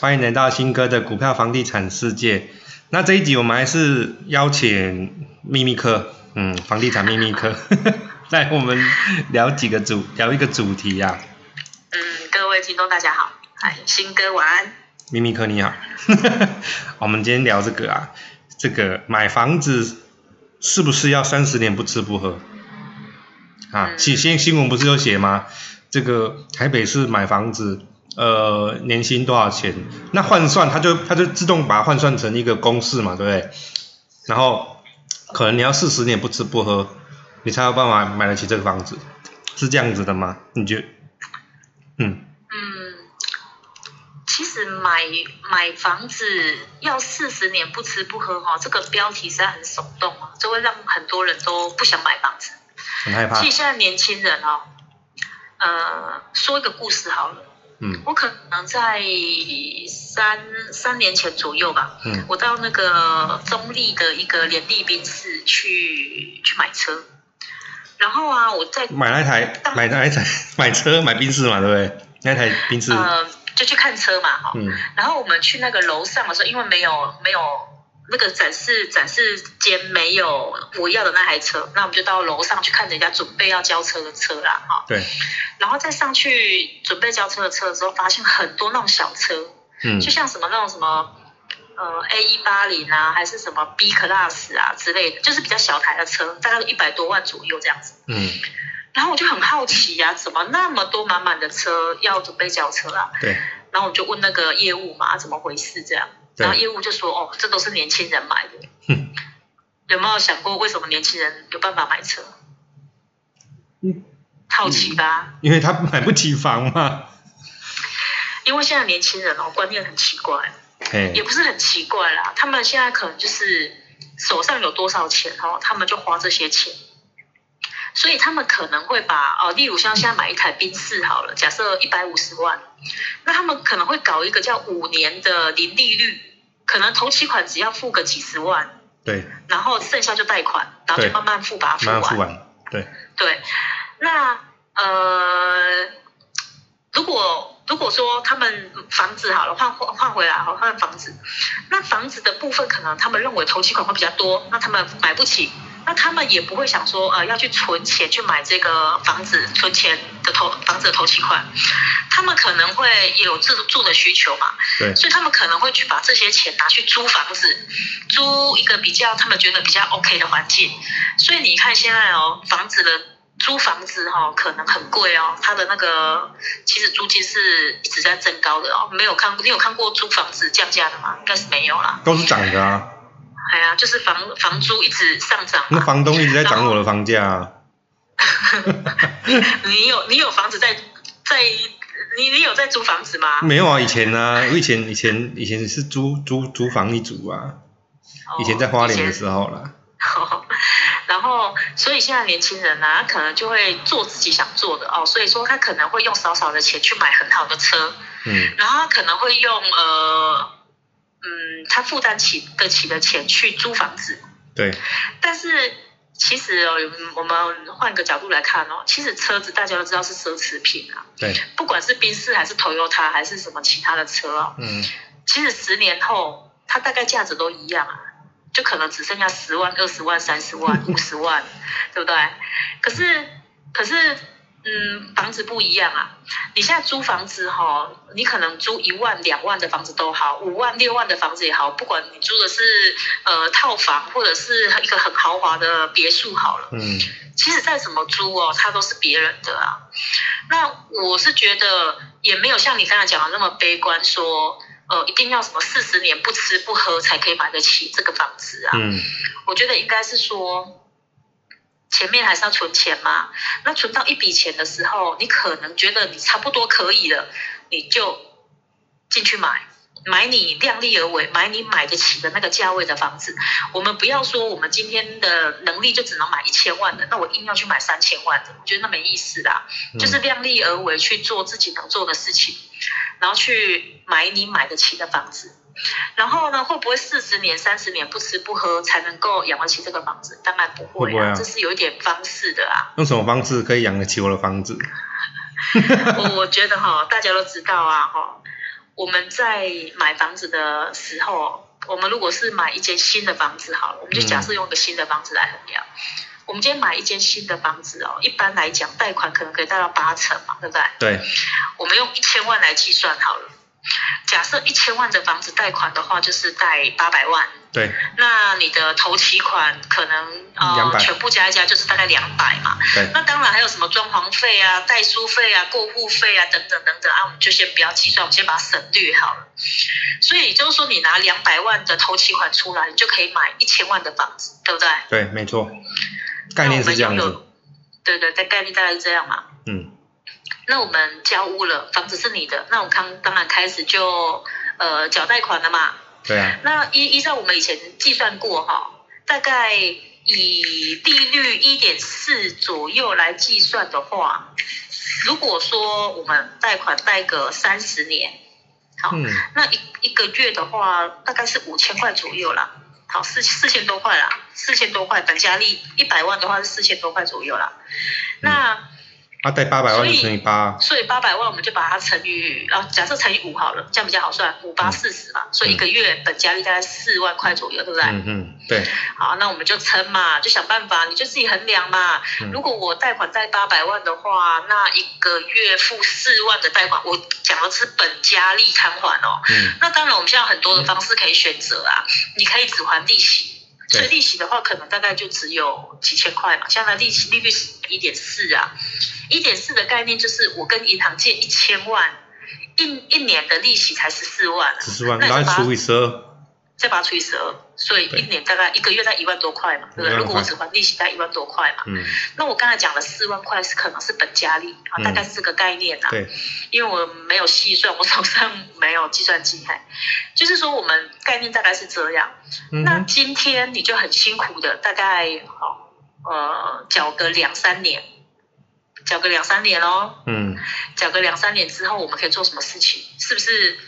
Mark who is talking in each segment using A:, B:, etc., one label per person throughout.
A: 欢迎来到新哥的股票房地产世界。那这一集我们还是邀请秘密科，嗯，房地产秘密科， 来我们聊几个主聊一个主题啊。
B: 嗯，各位听众大家好，嗨，新哥晚安。
A: 秘密科你好， 我们今天聊这个啊，这个买房子是不是要三十年不吃不喝？啊，
B: 嗯
A: 新新新闻不是有写吗？这个台北市买房子，呃，年薪多少钱？那换算，它就它就自动把它换算成一个公式嘛，对不对？然后可能你要四十年不吃不喝，你才有办法买得起这个房子，是这样子的吗？你觉嗯，
B: 嗯，其实买买房子要四十年不吃不喝哈、哦，这个标题实在很耸动啊，这会让很多人都不想买房子。
A: 很害怕
B: 其实，现在年轻人哦，呃，说一个故事好了，
A: 嗯
B: 我可能在三三年前左右吧，
A: 嗯
B: 我到那个中立的一个联立宾士去去买车，然后啊，我在
A: 买那台买那台 买车买宾士嘛，对不对？那台宾士，
B: 呃就去看车嘛，哈、
A: 嗯
B: 然后我们去那个楼上的时候，因为没有没有那个展示展示间没有我要的那台车，那我们就到楼上去看人家准备要交车的车啦，哈。
A: 对。
B: 然后再上去准备交车的车的时候，发现很多那种小车，
A: 嗯
B: 就像什么那种什么。呃，A 一八零啊，还是什么 B Class 啊之类的，就是比较小台的车，大概一百多万左右这样子。
A: 嗯，
B: 然后我就很好奇呀、怎么那么多满满的车要准备交车啊？
A: 对
B: 然后我就问那个业务嘛，啊怎么回事这样？然后
A: 对，
B: 业务就说：“哦，这都是年轻人买的。
A: 哼”
B: 有没有想过为什么年轻人有办法买车？
A: 嗯，
B: 好奇吧？
A: 因为他买不起房嘛，
B: 因为现在年轻人哦，观念很奇怪，
A: 嘿
B: 也，不是很奇怪啦。他们现在可能就是手上有多少钱哦，他们就花这些钱。所以他们可能会把哦，例如像现在买一台宾士好了，假设一百五十万，那他们可能会搞一个叫五年的零利率，可能头期款只要付个几十万，
A: 对，
B: 然后剩下就贷款，然后就
A: 对
B: 慢慢付，把它付
A: 慢
B: 完。
A: 慢付完，对，
B: 对，那呃，如果如果说他们房子好了，换换换回来好，换房子，那房子的部分可能他们认为投期款会比较多，那他们买不起。那他们也不会想说，呃，要去存钱去买这个房子，存钱的投房子的投期款，他们可能会也有自住的需求嘛，
A: 对
B: 所以他们可能会去把这些钱拿去租房子，租一个比较他们觉得比较 OK 的环境。所以你看现在哦，房子的租房子哈、哦，可能很贵哦，它的那个其实租金是一直在增高的哦。没有看，你有看过租房子降价的吗？应该是没有啦。
A: 都是涨的啊，
B: 哎呀，就是房房租一直上涨
A: 那
B: 嘛。
A: 房东一直在涨我的房价啊，
B: 你有你有房子在在你你有在租房子吗？
A: 没有啊，以前啊，我以前以前以前是租租租房一族啊，
B: 哦
A: 以前在花莲
B: 以
A: 的
B: 前
A: 时候啦，
B: 然后，所以现在年轻人呢、他可能就会做自己想做的哦，所以说他可能会用少少的钱去买很好的车，
A: 嗯
B: 然后他可能会用呃，嗯，他负担起得起的钱去租房子，
A: 对，
B: 但是其实哦，嗯我们换个角度来看哦，其实车子大家都知道是奢侈品啊，
A: 对，
B: 不管是宾士还是 Toyota 还是什么其他的车啊、
A: 嗯
B: 其实十年后，它大概价值都一样啊，就可能只剩下十万、二十万、三十万、五十万，对不对？可是，可是，嗯，房子不一样啊。你现在租房子哈、你可能租一万、两万的房子都好，五万、六万的房子也好，不管你租的是呃套房或者是一个很豪华的别墅好了。
A: 嗯
B: 其实再怎么租哦，它都是别人的啊。那我是觉得也没有像你刚才讲的那么悲观说，呃一定要什么四十年不吃不喝才可以买得起这个房子啊。
A: 嗯
B: 我觉得应该是说。前面还是要存钱嘛，那存到一笔钱的时候，你可能觉得你差不多可以了，你就进去买，买你量力而为，买你买得起的那个价位的房子。我们不要说我们今天的能力就只能买一千万的，那我硬要去买三千万的，我觉得那没意思啦。
A: 嗯
B: 就是量力而为去做自己能做的事情，然后去买你买得起的房子。然后呢，会不会四十年、三十年不吃不喝才能够养得起这个房子？当然不会
A: 会不会啊
B: 这是有一点方式的啊。
A: 用什么方式可以养得起我的房子？
B: 我我觉得哈，大家都知道啊，哈，我们在买房子的时候，我们如果是买一间新的房子好了，我
A: 嗯
B: 们就假设用个新的房子来衡量。我们今天买一间新的房子哦，一般来讲贷款可能可以贷到八成嘛，对不对？
A: 对，
B: 我们用一千万来计算好了。假设一千万的房子贷款的话，就是贷八百万。
A: 对，
B: 那你的头期款可能呃
A: 200
B: 全部加一加就是大概两百嘛。
A: 对，
B: 那当然还有什么装潢费啊、代书费啊、过户费啊等等等等啊，我们就先不要计算，我们先把它省略好了。所以也就是说，你拿两百万的头期款出来，你就可以买一千万的房子，对不对？
A: 对，没错，概念是这样
B: 那我们
A: 子
B: 拥。有。对对，概概念大概是这样嘛。
A: 嗯，
B: 那我们交屋了，房子是你的，那我们刚当然开始就呃缴贷款了嘛。
A: 对啊，
B: 那依依照我们以前计算过哈，大概以利率一点四左右来计算的话，如果说我们贷款贷个三十年，好，
A: 嗯，
B: 那一一个月的话大概是五千块左右啦，好四四千多块啦，四千多块本加利一百万的话是四千多块左右啦，那。
A: 啊，贷八百万
B: 所以
A: 就乘以八，
B: 所以八百万我们就把它乘以啊，假设乘以五好了，这样比较好算，五
A: 嗯
B: 八四十嘛，所以一个月本加利大概四万块左右，对不对？
A: 嗯嗯，对，
B: 好，那我们就撑嘛，就想办法，你就自己衡量嘛。
A: 嗯
B: 如果我贷款贷八百万的话，那一个月付四万的贷款，我讲的是本加利摊还哦。
A: 嗯，
B: 那当然，我们现在有很多的方式可以选择啊，你可以只还利息。
A: 对
B: 所以利息的话，可能大概就只有几千块嘛。现在利息利率是一点四啊，一点四的概念就是我跟银行借一千万，一一年的利息才十四万啊、
A: 十四万，
B: 那你
A: 然
B: 把
A: 后
B: 它
A: 除以十二，
B: 再把它除以十二，所以
A: 对
B: 一年大概一个月在一万多块嘛，对不
A: 一万
B: 对？
A: 块
B: 如果我只还利息，大概一万多块嘛。
A: 嗯，
B: 那我刚才讲的四万块是可能是本加利啊，
A: 嗯
B: 大概是这个概念啊。
A: 对，
B: 因为我没有细算，我手上没有计算机，嘿，就是说我们概念大概是这样。
A: 嗯
B: 那
A: 哼，
B: 今天你就很辛苦的，大概哦呃缴个两三年，缴个两三年哦，
A: 嗯，
B: 缴个两三年之后，我们可以做什么事情？是不是？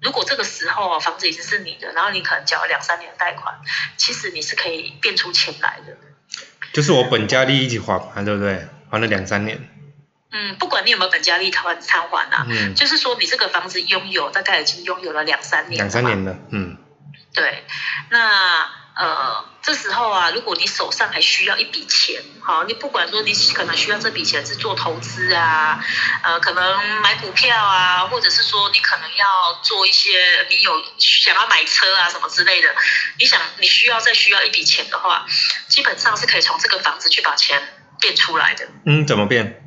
B: 如果这个时候啊房子已经是你的，然后你可能缴了两三年的贷款，其实你是可以变出钱来的。
A: 就是我本加利一起还嘛，对不对？还了两三年，
B: 嗯，不管你有没有本加利摊摊还啊，
A: 嗯，
B: 就是说你这个房子拥有大概已经拥有了两三年了嘛，
A: 两三年了，嗯，
B: 对，那呃，这时候啊，如果你手上还需要一笔钱，好，你不管说你可能需要这笔钱是做投资啊，呃，可能买股票啊，或者是说你可能要做一些你有想要买车啊什么之类的，你想你需要再需要一笔钱的话，基本上是可以从这个房子去把钱变出来的。
A: 嗯，怎么变？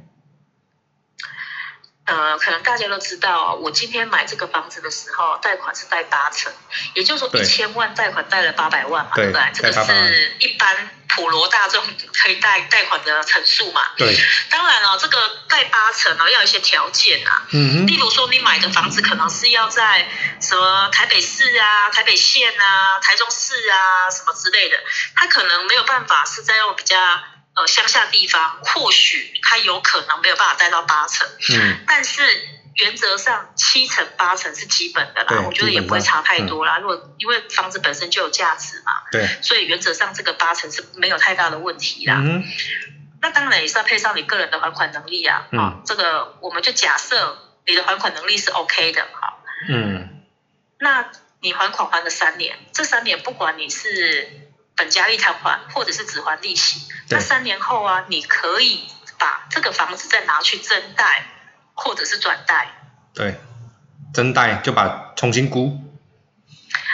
B: 呃，可能大家都知道，我今天买这个房子的时候，贷款是贷八成，也就是说
A: 对
B: 一千万贷款贷了八百万嘛，
A: 对
B: 对不对？这个
A: 贷800万
B: 是一般普罗大众可以贷贷款的层数嘛。
A: 对，
B: 当然了、这个贷八成哦，要有一些条件啊，
A: 嗯
B: 例
A: 哼，
B: 如说你买的房子可能是要在什么台北市啊、台北县啊、台中市啊什么之类的，它可能没有办法是在用比较呃乡下地方，或许它有可能没有办法贷到八成。
A: 嗯，
B: 但是原则上七成八成是基本的
A: 对
B: 啦，我觉得
A: 基
B: 也
A: 本嗯
B: 不会
A: 上
B: 差太多啦。如果因为房子本身就有价值嘛，
A: 对，
B: 所以原则上这个八成是没有太大的问题啦。
A: 嗯哼，
B: 那当然也是要配上你个人的还款能力啊。
A: 嗯
B: 啊，这个我们就假设你的还款能力是 OK 的，好，
A: 嗯，
B: 那你还款还了三年，这三年不管你是本加利偿还或者是只还利息，
A: 对
B: 那三年后啊，你可以把这个房子再拿去增贷或者是转贷。
A: 对，真贷就把重新估，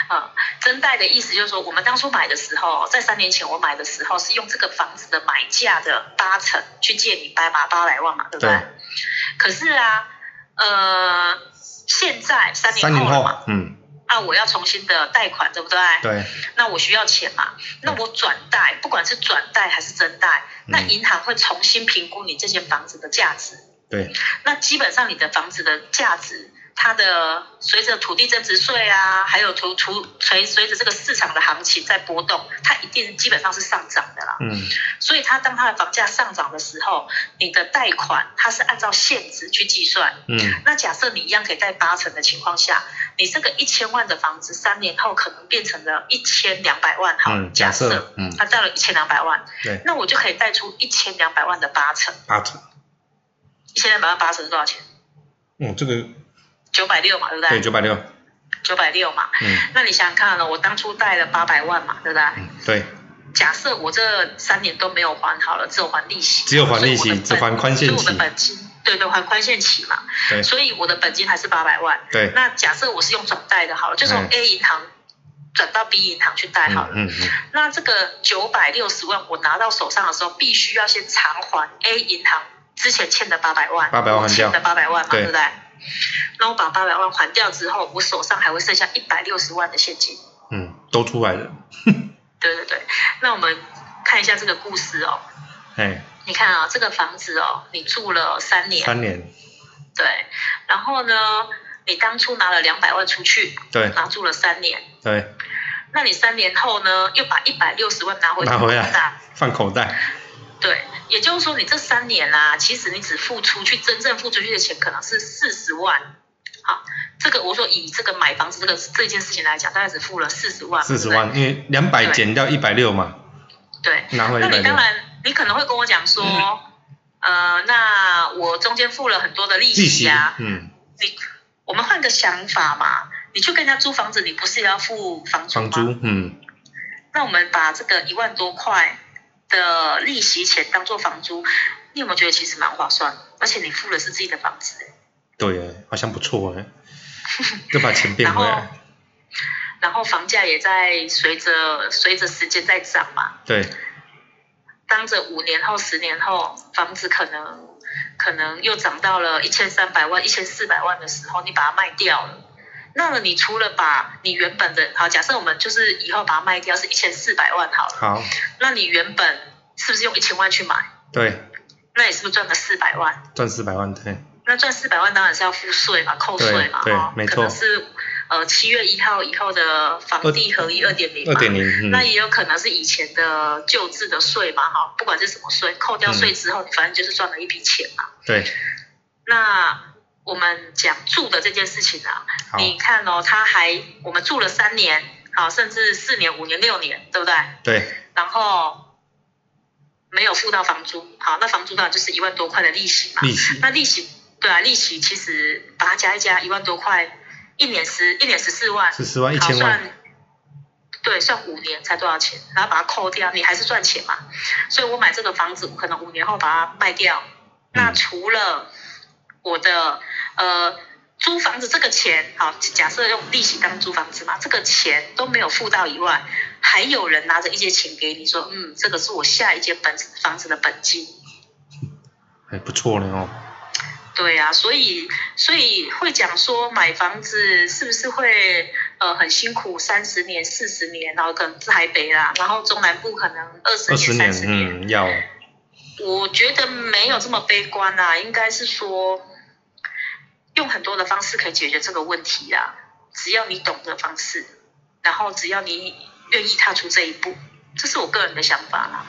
B: 啊，增贷的意思就是说，我们当初买的时候，在三年前我买的时候是用这个房子的买价的八成去借你八百八百万嘛，对不对？
A: 对，
B: 可是啊，呃，现在三
A: 三
B: 年
A: 年
B: 后了
A: 后
B: 嘛，，
A: 嗯，
B: 啊，我要重新的贷款，对不对？
A: 对，
B: 那我需要钱嘛，那我转贷，不管是转贷还是增贷，那
A: 嗯
B: 银行会重新评估你这间房子的价值。
A: 对，
B: 那基本上你的房子的价值，它的随着土地增值税啊，还有土土随随着这个市场的行情在波动，它一定基本上是上涨的啦。
A: 嗯，
B: 所以它当它的房价上涨的时候，你的贷款它是按照现值去计算。
A: 嗯，
B: 那假设你一样可以贷八成的情况下，你这个一千万的房子三年后可能变成了一千两百万，好，
A: 嗯，
B: 假
A: 假
B: 设
A: 设，嗯，
B: 它贷了一千两百万，
A: 对，
B: 那我就可以贷出一千两百万的八成，
A: 八成，
B: 一千两百万八成是多少钱？
A: 哦，这个
B: 九百六嘛，对不
A: 对，
B: 对？
A: 九百六，
B: 九百六嘛，
A: 嗯，
B: 那你想想看呢？哦我当初贷了八百万嘛，对不对？
A: 嗯对，
B: 假设我这三年都没有还好了，只有还利息，
A: 只有还利息
B: 所以我的本
A: 只还宽限期
B: 所以我的本金，对对，还宽限期嘛，
A: 对
B: 所以我的本金还是八百万。
A: 对，
B: 那假设我是用转贷的，好了，就从
A: 嗯
B: A 银行转到 B 银行去贷
A: 嗯
B: 好了。
A: 嗯嗯，
B: 那这个九百六十万我拿到手上的时候，必须要先偿还 A 银行之前欠的八百万，
A: 800万还掉
B: 欠的八百万嘛，
A: 对
B: 对不对？那我把八百万还掉之后，我手上还会剩下一百六十万的现金。
A: 嗯，都出来了，
B: 对对对，那我们看一下这个故事哦。
A: 哎，
B: 你看啊，这个房子哦，你住了三年，
A: 三年，
B: 对，然后呢，你当初拿了两百万出去，
A: 对
B: 拿住了三年，
A: 对，
B: 那你三年后呢，又把一百六十万拿回
A: 拿回来
B: 口袋
A: 放口袋，
B: 对，也就是说你这三年啦、其实你只付出去真正付出去的钱可能是四十万，好，这个我说以这个买房子这个这件事情来讲，大概只付了四十万，
A: 四十
B: 对不对
A: 万，因为两百
B: 对
A: 减掉一百六嘛，
B: 对，
A: 拿回
B: 那
A: 一百六
B: 你
A: 嗯
B: 当，然，你可能会跟我讲说，呃，那我中间付了很多的利
A: 利息
B: 息啊，，
A: 嗯，
B: 你我们换个想法嘛，你去跟人家租房子，你不是也要付房租
A: 房
B: 吗？
A: 租，嗯，
B: 那我们把这个一万多块的利息钱当做房租，你有没有觉得其实蛮划算？而且你付的是自己的房子，
A: 对耶，好像不错哎，就把钱变
B: 然
A: 回
B: 后
A: 来，
B: 然后房价也在随着随着时间在涨嘛，
A: 对，
B: 当着五年后、十年后，房子可能可能又涨到了一千三百万、一千四百万的时候，你把它卖掉了。那么你除了把你原本的好，假设我们就是以后把它卖掉是一千四百万好了，
A: 好，
B: 那你原本是不是用一千万去买？
A: 对，
B: 那你是不是赚了四百万？
A: 赚四百万，对，
B: 那赚四百万当然是要付税嘛，扣税嘛，
A: 对对
B: 哦
A: 没错
B: 可能是呃七月一号以后的房地合一二点零
A: 二
B: 嘛，
A: 点零，
B: 那
A: 嗯，
B: 也有可能是以前的旧制的税嘛，哈，不管是什么税，扣掉
A: 嗯
B: 税之后，你反正就是赚了一笔钱嘛。
A: 对，
B: 那我们讲住的这件事情啊，
A: 好，
B: 你看哦，他还我们住了三年，啊，甚至四年、五年、六年，对不对？
A: 对，
B: 然后没有付到房租，好，那房租当然就是一万多块的利息嘛。
A: 利息，
B: 那利息，对啊，利息其实把它加一加，一万多块，一年十一年十四万，
A: 四十万，一
B: 好
A: 千万，
B: 算，对，算五年才多少钱，然后把它扣掉，你还是赚钱嘛。所以我买这个房子，我可能五年后把它卖掉。
A: 嗯
B: 那除了我的呃租房子这个钱，好，假设用利息当租房子嘛，这个钱都没有付到以外，还有人拿着一些钱给你说，嗯，这个是我下一间本房子的本金。
A: 哎，不错了哦，
B: 对呀、所以所以会讲说买房子是不是会呃很辛苦，三十年、四十年，然后可能台北啦，然后中南部可能二十
A: 二十
B: 年、
A: 年
B: 三，十年，
A: 嗯，要，
B: 我觉得没有这么悲观啦、应该是说用很多的方式可以解决这个问题啦、只要你懂得方式，然后只要你愿意踏出这一步，这是我个人的想法啦、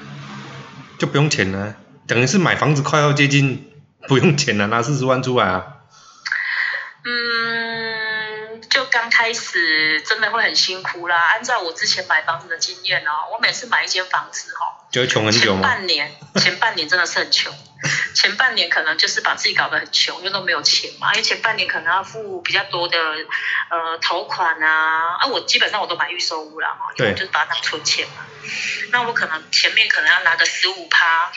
A: 就不用钱了，等于是买房子快要接近不用钱了，拿四十万出来啊，
B: 嗯，就刚开始真的会很辛苦啦。按照我之前买房子的经验哦，我每次买一间房子哦，
A: 就会穷很久
B: 前
A: 嘛，
B: 半年前半年真的是很穷，前半年可能就是把自己搞得很穷，因为都没有钱嘛，因为前半年可能要付比较多的呃头款啊，啊，我基本上我都买预售屋啦，哦因为我
A: 对
B: 就是把它当存钱嘛。那我可能前面可能要拿个十五趴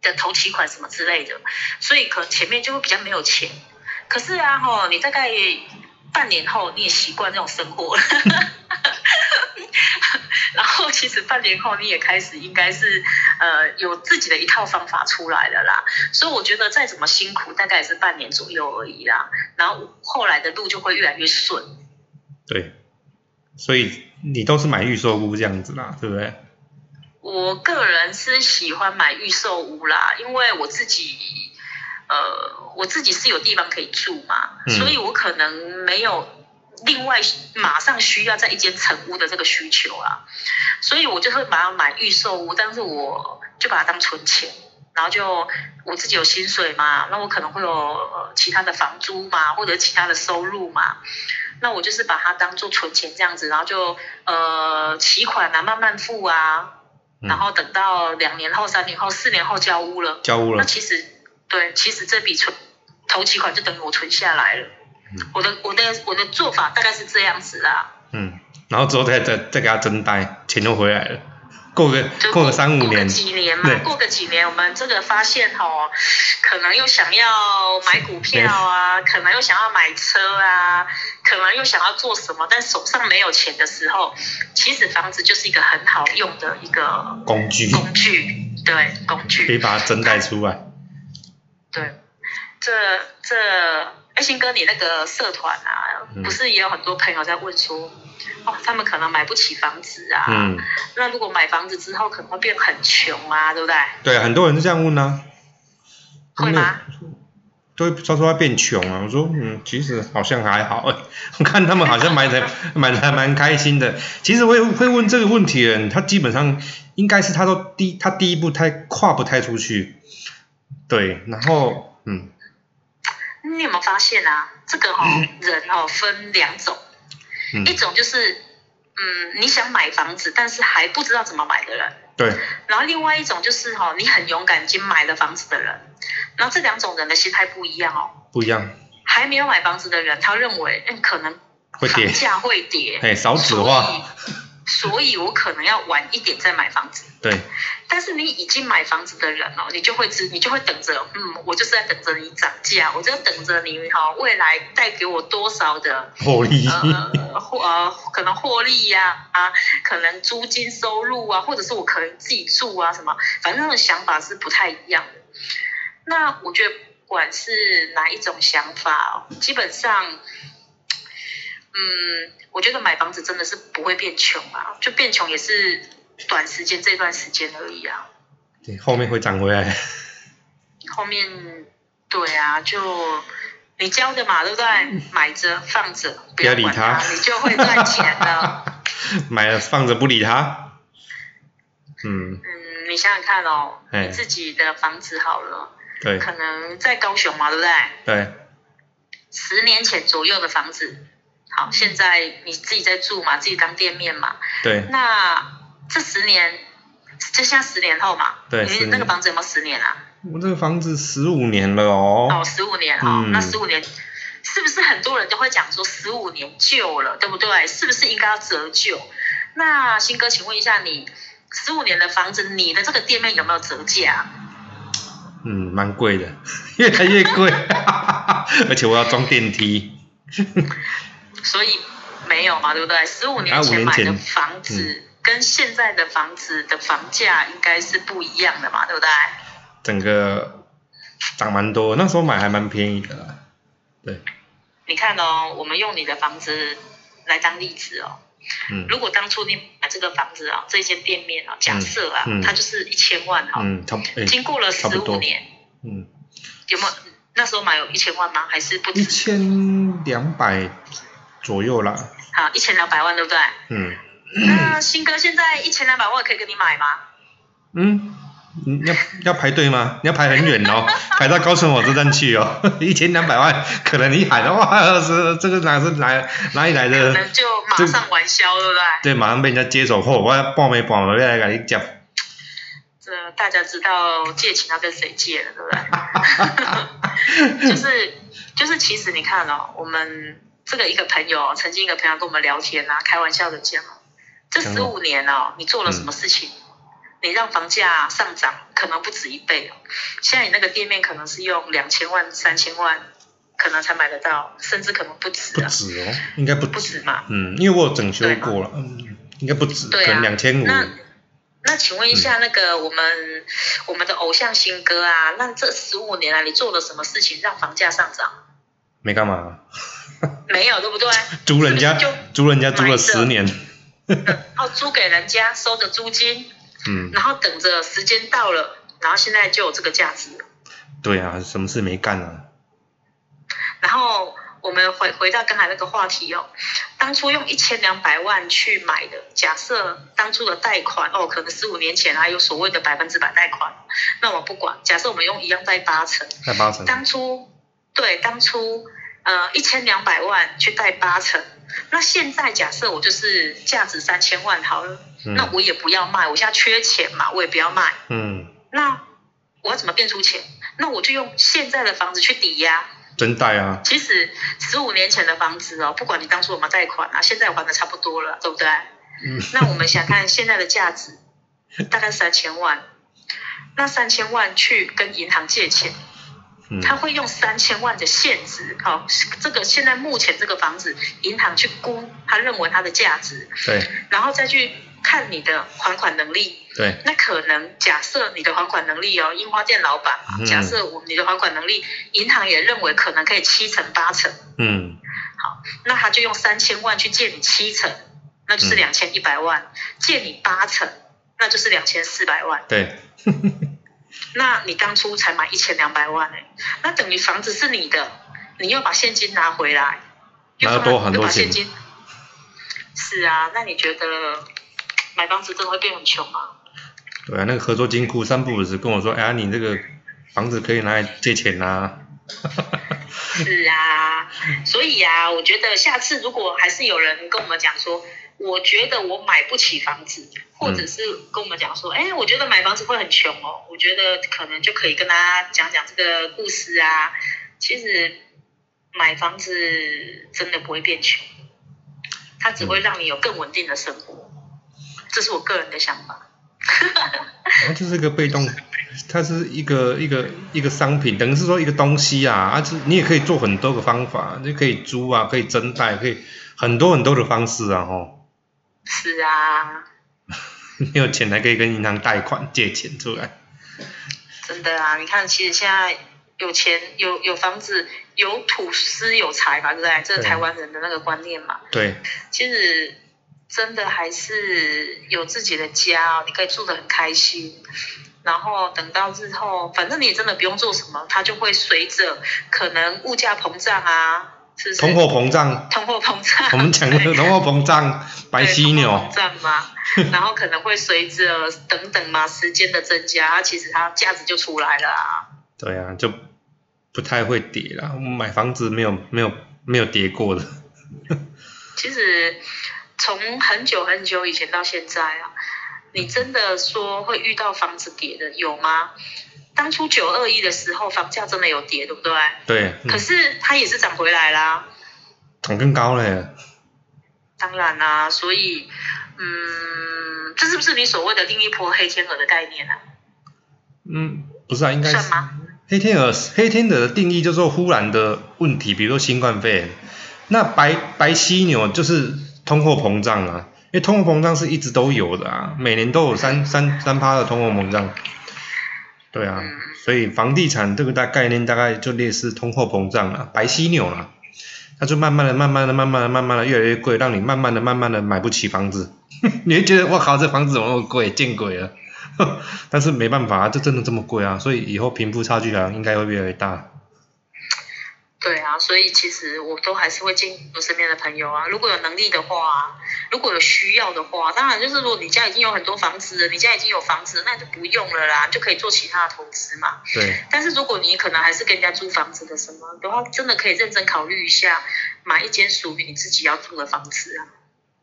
B: 的头期款什么之类的，所以可能前面就会比较没有钱。可是啊，吼，你大概半年后你也习惯这种生活了， 然后其实半年后你也开始应该是呃有自己的一套方法出来了啦。所以我觉得再怎么辛苦，大概也是半年左右而已啦。然后后来的路就会越来越顺。
A: 对，所以你都是买预售屋这样子啦，对不对？
B: 我个人是喜欢买预售屋啦，因为我自己，呃，我自己是有地方可以住嘛，
A: 嗯
B: 所以我可能没有另外马上需要在一间成屋的这个需求啦，所以我就会把它买预售屋，但是我就把它当存钱。然后就我自己有薪水嘛，那我可能会有呃其他的房租嘛，或者其他的收入嘛，那我就是把它当做存钱这样子，然后就呃期款啊慢慢付啊，
A: 嗯
B: 然后等到两年后、三年后、四年后交屋了，
A: 交屋
B: 那
A: 了，
B: 其实对，其实这笔存头期款就等于我存下来了。
A: 嗯
B: 我的我的我的做法大概是这样子啦，
A: 嗯，然后之后再再再给他增贷，钱又回来了，过个
B: 就
A: 过个三五
B: 过个
A: 年，
B: 几年嘛
A: 对，
B: 过个几年，我们这个发现哦，可能又想要买 股票啊，可能又想要买车啊，可能又想要做什么，但手上没有钱的时候，其实房子就是一个很好用的一个
A: 工具
B: 工具，对，工
A: 可以
B: 具，
A: 把它增贷出来。
B: 对，这这。哎，新哥，你那个社团啊
A: 嗯，
B: 不是也有很多朋友在问说，哦，他们可能买不起房子啊，
A: 嗯，
B: 那如果买房子之后可能会变很穷啊，对不对？
A: 对，很多人是这样问啊，嗯
B: 会吗？
A: 都会他说他变穷啊，我说嗯，其实好像还好 哎、我看他们好像买的 买的还蛮开心的。其实会会问这个问题的人，他基本上应该是他都第他第一步太跨不太出去，对，然后嗯，
B: 你有没有发现啊？这个哈、人哦分两种，
A: 嗯
B: 一种就是嗯你想买房子，但是还不知道怎么买的人，
A: 对，
B: 然后另外一种就是哈、你很勇敢已经买了房子的人，然后这两种人的心态不一样哦。
A: 不一样，
B: 还没有买房子的人，他认为嗯可能
A: 会跌
B: 房价会跌，
A: 哎，少子化，
B: 所以所以我可能要晚一点再买房子。
A: 对，
B: 但是你已经买房子的人哦，你就会知，你就会等着，嗯，我就是在等着你涨价，我就等着你哈、未来带给我多少的
A: 获利，
B: 呃获呃可能获利呀啊可能租金收入啊，或者是我可能自己住啊什么，反正那种想法是不太一样的。那我觉得不管是哪一种想法、哦，基本上，嗯，我觉得买房子真的是不会变穷啊，就变穷也是短时间这段时间而已啊。
A: 对后面会涨回来，
B: 后面对啊，就你教的嘛，对不 对？买着放着，不
A: 要
B: 要
A: 理
B: 管
A: 他
B: 你就会赚钱的。
A: 买了放着不理他，嗯，
B: 嗯，你想想看哦，
A: 哎
B: 你自己的房子好了，
A: 对
B: 可能在高雄嘛，对不对？
A: 对，
B: 十年前左右的房子，好，现在你自己在住嘛，自己当店面嘛，
A: 对
B: 那这十年，就像十年后嘛，
A: 对十
B: 你
A: 年
B: 那个房子有没有十年啊？
A: 我这个房子十五年了哦，
B: 哦，十五年哦，
A: 嗯
B: 那十五年是不是很多人都会讲说十五年旧了，对不对？是不是应该要折旧？那新哥，请问一下你，十五年的房子，你的这个店面有没有折价？啊
A: 嗯，蛮贵的， 越来越贵， 而且我要装电梯。
B: 所以没有嘛，对不对？十五
A: 啊
B: 年
A: 五
B: 前
A: 年
B: 买的
A: 前嗯
B: 房子跟现在的房子的房价应该是不一样的嘛，对不对？
A: 整个涨蛮多，那时候买还蛮便宜的啦。对，
B: 你看哦，我们用你的房子来当例子哦。
A: 嗯
B: 如果当初你买这个房子啊、这间店面啊，假设啊，
A: 嗯嗯
B: 它就是一千万哈、
A: 嗯，差不多，哎、
B: 经过了
A: 差
B: 十
A: 不多
B: 五年，
A: 嗯，
B: 有没有那时候买有一千万吗？还是不
A: 一
B: 止？
A: 千两百左右啦。
B: 好，一千两百万，对不对？
A: 嗯
B: 那新哥现在一千两百万可以跟你买吗？
A: 嗯，你要要排队吗？你要排很远哦， 排到高雄火车站去哦， 一千两百万，可能你喊的哇，是这个哪是哪哪里来
B: 可
A: 的？
B: 能就马上完销，对不对？
A: 对，马上被人家接手，嚯、我半没半没来跟你讲。
B: 这大家知道借钱要跟谁借了，对不对？就是就是，其实你看哦，我们这个一个朋友，哦曾经一个朋友跟我们聊天啊，开玩笑的讲哦，这
A: 讲
B: 十
A: 什
B: 五
A: 么
B: 年哦，你做了什么事情？你让房价上涨可能不止一倍哦，现在你那个店面可能是用两千万、三千万，可能才买得到，甚至可能不止
A: 不
B: 啊，
A: 止哦，应该不
B: 不
A: 止。
B: 止嘛。
A: 嗯，因为我有整修过了，嗯，应该不止，
B: 对啊
A: 可能两千五。
B: 那那请问一下，那个我们、我们的偶像新歌啊，那这十五年来你做了什么事情让房价上涨？
A: 没干嘛，
B: 没有，对不对？
A: 租人家
B: 是不是
A: 租人家租
B: 买
A: 了
B: 着
A: 十 年，
B: 然后嗯哦租给人家，收着租金，
A: 嗯，
B: 然后等着时间到了，然后现在就有这个价值了。
A: 对啊，什么事没干啊？
B: 然后我们回回到刚才那个话题哦，当初用一千两百万去买的，假设当初的贷款哦，可能十五年前还有所谓的百分之百贷款，那我不管。假设我们用一样贷八成。
A: 在八成，
B: 当初对当初呃一千两百万去贷八成，那现在假设我就是价值三千万好了，那
A: 嗯
B: 我也不要卖，我现在缺钱嘛，我也不要卖，
A: 嗯，
B: 那我要怎么变出钱？那我就用现在的房子去抵押，
A: 真贷啊，
B: 其实十五年前的房子哦，不管你当初有没有贷款啊，现在还的差不多了，对不对？
A: 嗯
B: 那我们想看现在的价值，大概三千万。那三千万去跟银行借钱，
A: 嗯，
B: 他会用三千万的现值，好、这个现在目前这个房子，银行去估他认为它的价值，
A: 对
B: 然后再去看你的还款能力。
A: 对，
B: 那可能假设你的还款能力哦，樱花店老板嘛
A: 嗯，
B: 假设我你的还款能力，银行也认为可能可以七成八成，
A: 嗯
B: 那他就用三千万去借你七成，那就是两千一百万；借你八成，那就是两千四百万。
A: 对，
B: 那你当初才买一千两百万哎、那等于房子是你的，你又把现金拿回来，又
A: 那要
B: 放
A: 多很
B: 又
A: 多
B: 把
A: 钱
B: 现金。是啊，那你觉得买房子真的会变很穷吗？
A: 对啊，那个合作金库三不五时跟我说，哎呀，你这个房子可以拿来借钱啊，
B: 是啊，所以啊，我觉得下次如果还是有人跟我们讲说，我觉得我买不起房子，或者是跟我们讲说，哎、我觉得买房子会很穷哦，我觉得可能就可以跟他讲讲这个故事啊。其实买房子真的不会变穷，它只会让你有更稳定的生活，这是我个人的想法。
A: 它就是一个被动，它是一个一个一个商品，等于是说一个东西啊，啊，这你也可以做很多个方法，你可以租啊，可以增贷，可以很多很多的方式啊，吼，
B: 是啊，
A: 你有钱还可以跟银行贷款借钱出来，
B: 真的啊，你看，其实现在有钱、有有房子、有土司有财嘛，对不对？这是
A: 对
B: 台湾人的那个观念嘛。
A: 对，
B: 其实真的还是有自己的家、哦，你可以住得很开心。然后等到日后，反正你也真的不用做什么，它就会随着可能物价膨胀啊，是不是？
A: 通货膨胀，
B: 通货膨胀，
A: 我们讲的
B: 对
A: 通货膨胀，白犀
B: 对通
A: 牛
B: 货膨，胀嘛，然后可能会随着等等嘛时间的增加，其实它价值就出来了啊。
A: 对啊，就不太会跌啦，我们买房子没有没有没有跌过的，
B: 其实从很久很久以前到现在啊，你真的说会遇到房子跌的有吗？当初九二一的时候，房价真的有跌，对不对？
A: 对，嗯
B: 可是它也是涨回来啦。
A: 涨更高嘞，
B: 当然啦、所以，嗯，这是不是你所谓的另一波黑天鹅的概念啊？
A: 嗯，不是啊，应该
B: 算
A: 是。
B: 吗？
A: 黑天鹅，黑天鹅的定义就是说忽然的问题，比如说新冠肺炎。那白白犀牛就是通货膨胀啊，因为通货膨胀是一直都有的啊，每年都有三三三趴的通货膨胀。对啊，
B: 嗯
A: 所以房地产这个大概念大概就类似通货膨胀啊，白犀牛啦、它就慢慢的、慢慢的、慢慢的、慢慢的越来越贵，让你慢慢的、慢慢的买不起房子， 你会觉得我靠，这房子怎么那么贵，见鬼了！ 但是没办法啊，这真的这么贵啊，所以以后贫富差距啊应该会越来越大。
B: 对啊，所以其实我都还是会建议我身边的朋友啊，如果有能力的话啊，如果有需要的话，当然就是如果你家已经有很多房子了，你家已经有房子了，那你就不用了啦，你就可以做其他的投资嘛。
A: 对，
B: 但是如果你可能还是跟人家租房子的什么的话，真的可以认真考虑一下，买一间属于你自己要住的房子啊。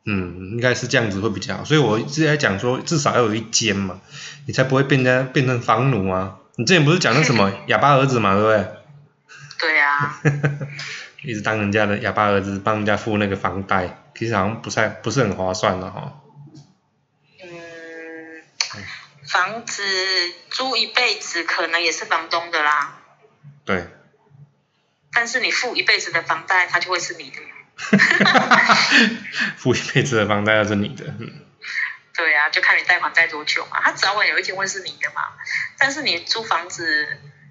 A: 嗯，应该是这样子会比较好。所以我一直在讲说，至少要有一间嘛，你才不会变成变成房奴啊。你之前不是讲那什么哑巴儿子嘛，对不对？
B: 对啊，
A: 一直当人家的哑巴儿子，帮人家付那个房贷，其实好像不太不是很划算的哈。
B: 嗯，房子租一辈子可能也是房东的啦，
A: 对，
B: 但是你付一辈子的房贷，它就会是你的。
A: 付一辈子的房贷要是你的，嗯，
B: 对啊，就看你贷款贷多久嘛，它早晚有一天会是你的嘛。但是你租房子，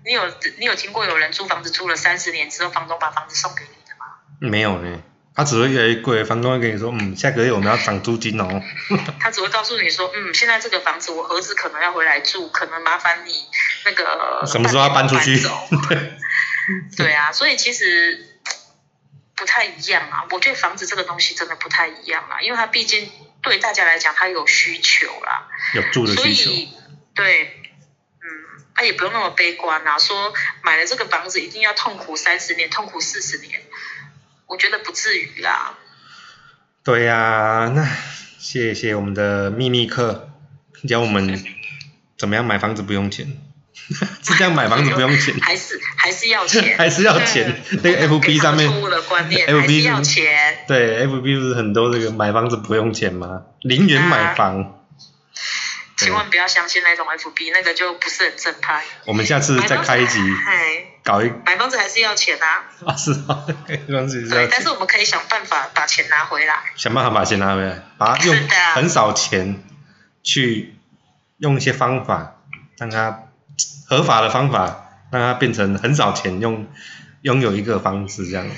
B: 你有你有听过有人租房子租了三十年之后，房东把房子送给你的吗？
A: 没有呢，他只会越来越贵。房东会跟你说，嗯，下个月我们要涨租金哦。
B: 他只会告诉你说，嗯，现在这个房子我儿子可能要回来住，可能麻烦你那个
A: 什么时候要搬出去
B: 走
A: 对
B: 对啊，所以其实不太一样啊。我觉得房子这个东西真的不太一样啊，因为它毕竟对大家来讲，它有需求啦。
A: 有住的
B: 所
A: 需求。
B: 以，对，嗯，他也不用那么悲观啊，说买了这个房子一定要痛苦三十年，痛苦四十年，我觉得不至于 啦。，
A: 对呀、那谢谢我们的秘密课，教我们怎么样买房子不用钱，直 这样买房子不用钱
B: 还是还是要钱，
A: 还是要钱。那个 FB 上
B: 给
A: 面
B: 他们 错误的观念，还是
A: FB
B: 要钱。
A: 对 FB 不是很多这个买房子不用钱吗？零元买房。对
B: 千万不要相信那种 FB，那个就不是很正派。
A: 我们下次再开一集
B: 哎，
A: 搞一
B: 买房子还是要钱啊，
A: 啊是 啊，让自己
B: 对，
A: 要
B: 但是我们可以想办法把钱拿回来。
A: 想办法把钱拿回来，把它用
B: 是的
A: 很少钱去用一些方法，让它合法的方法，让它变成很少钱用拥有一个房子这样子。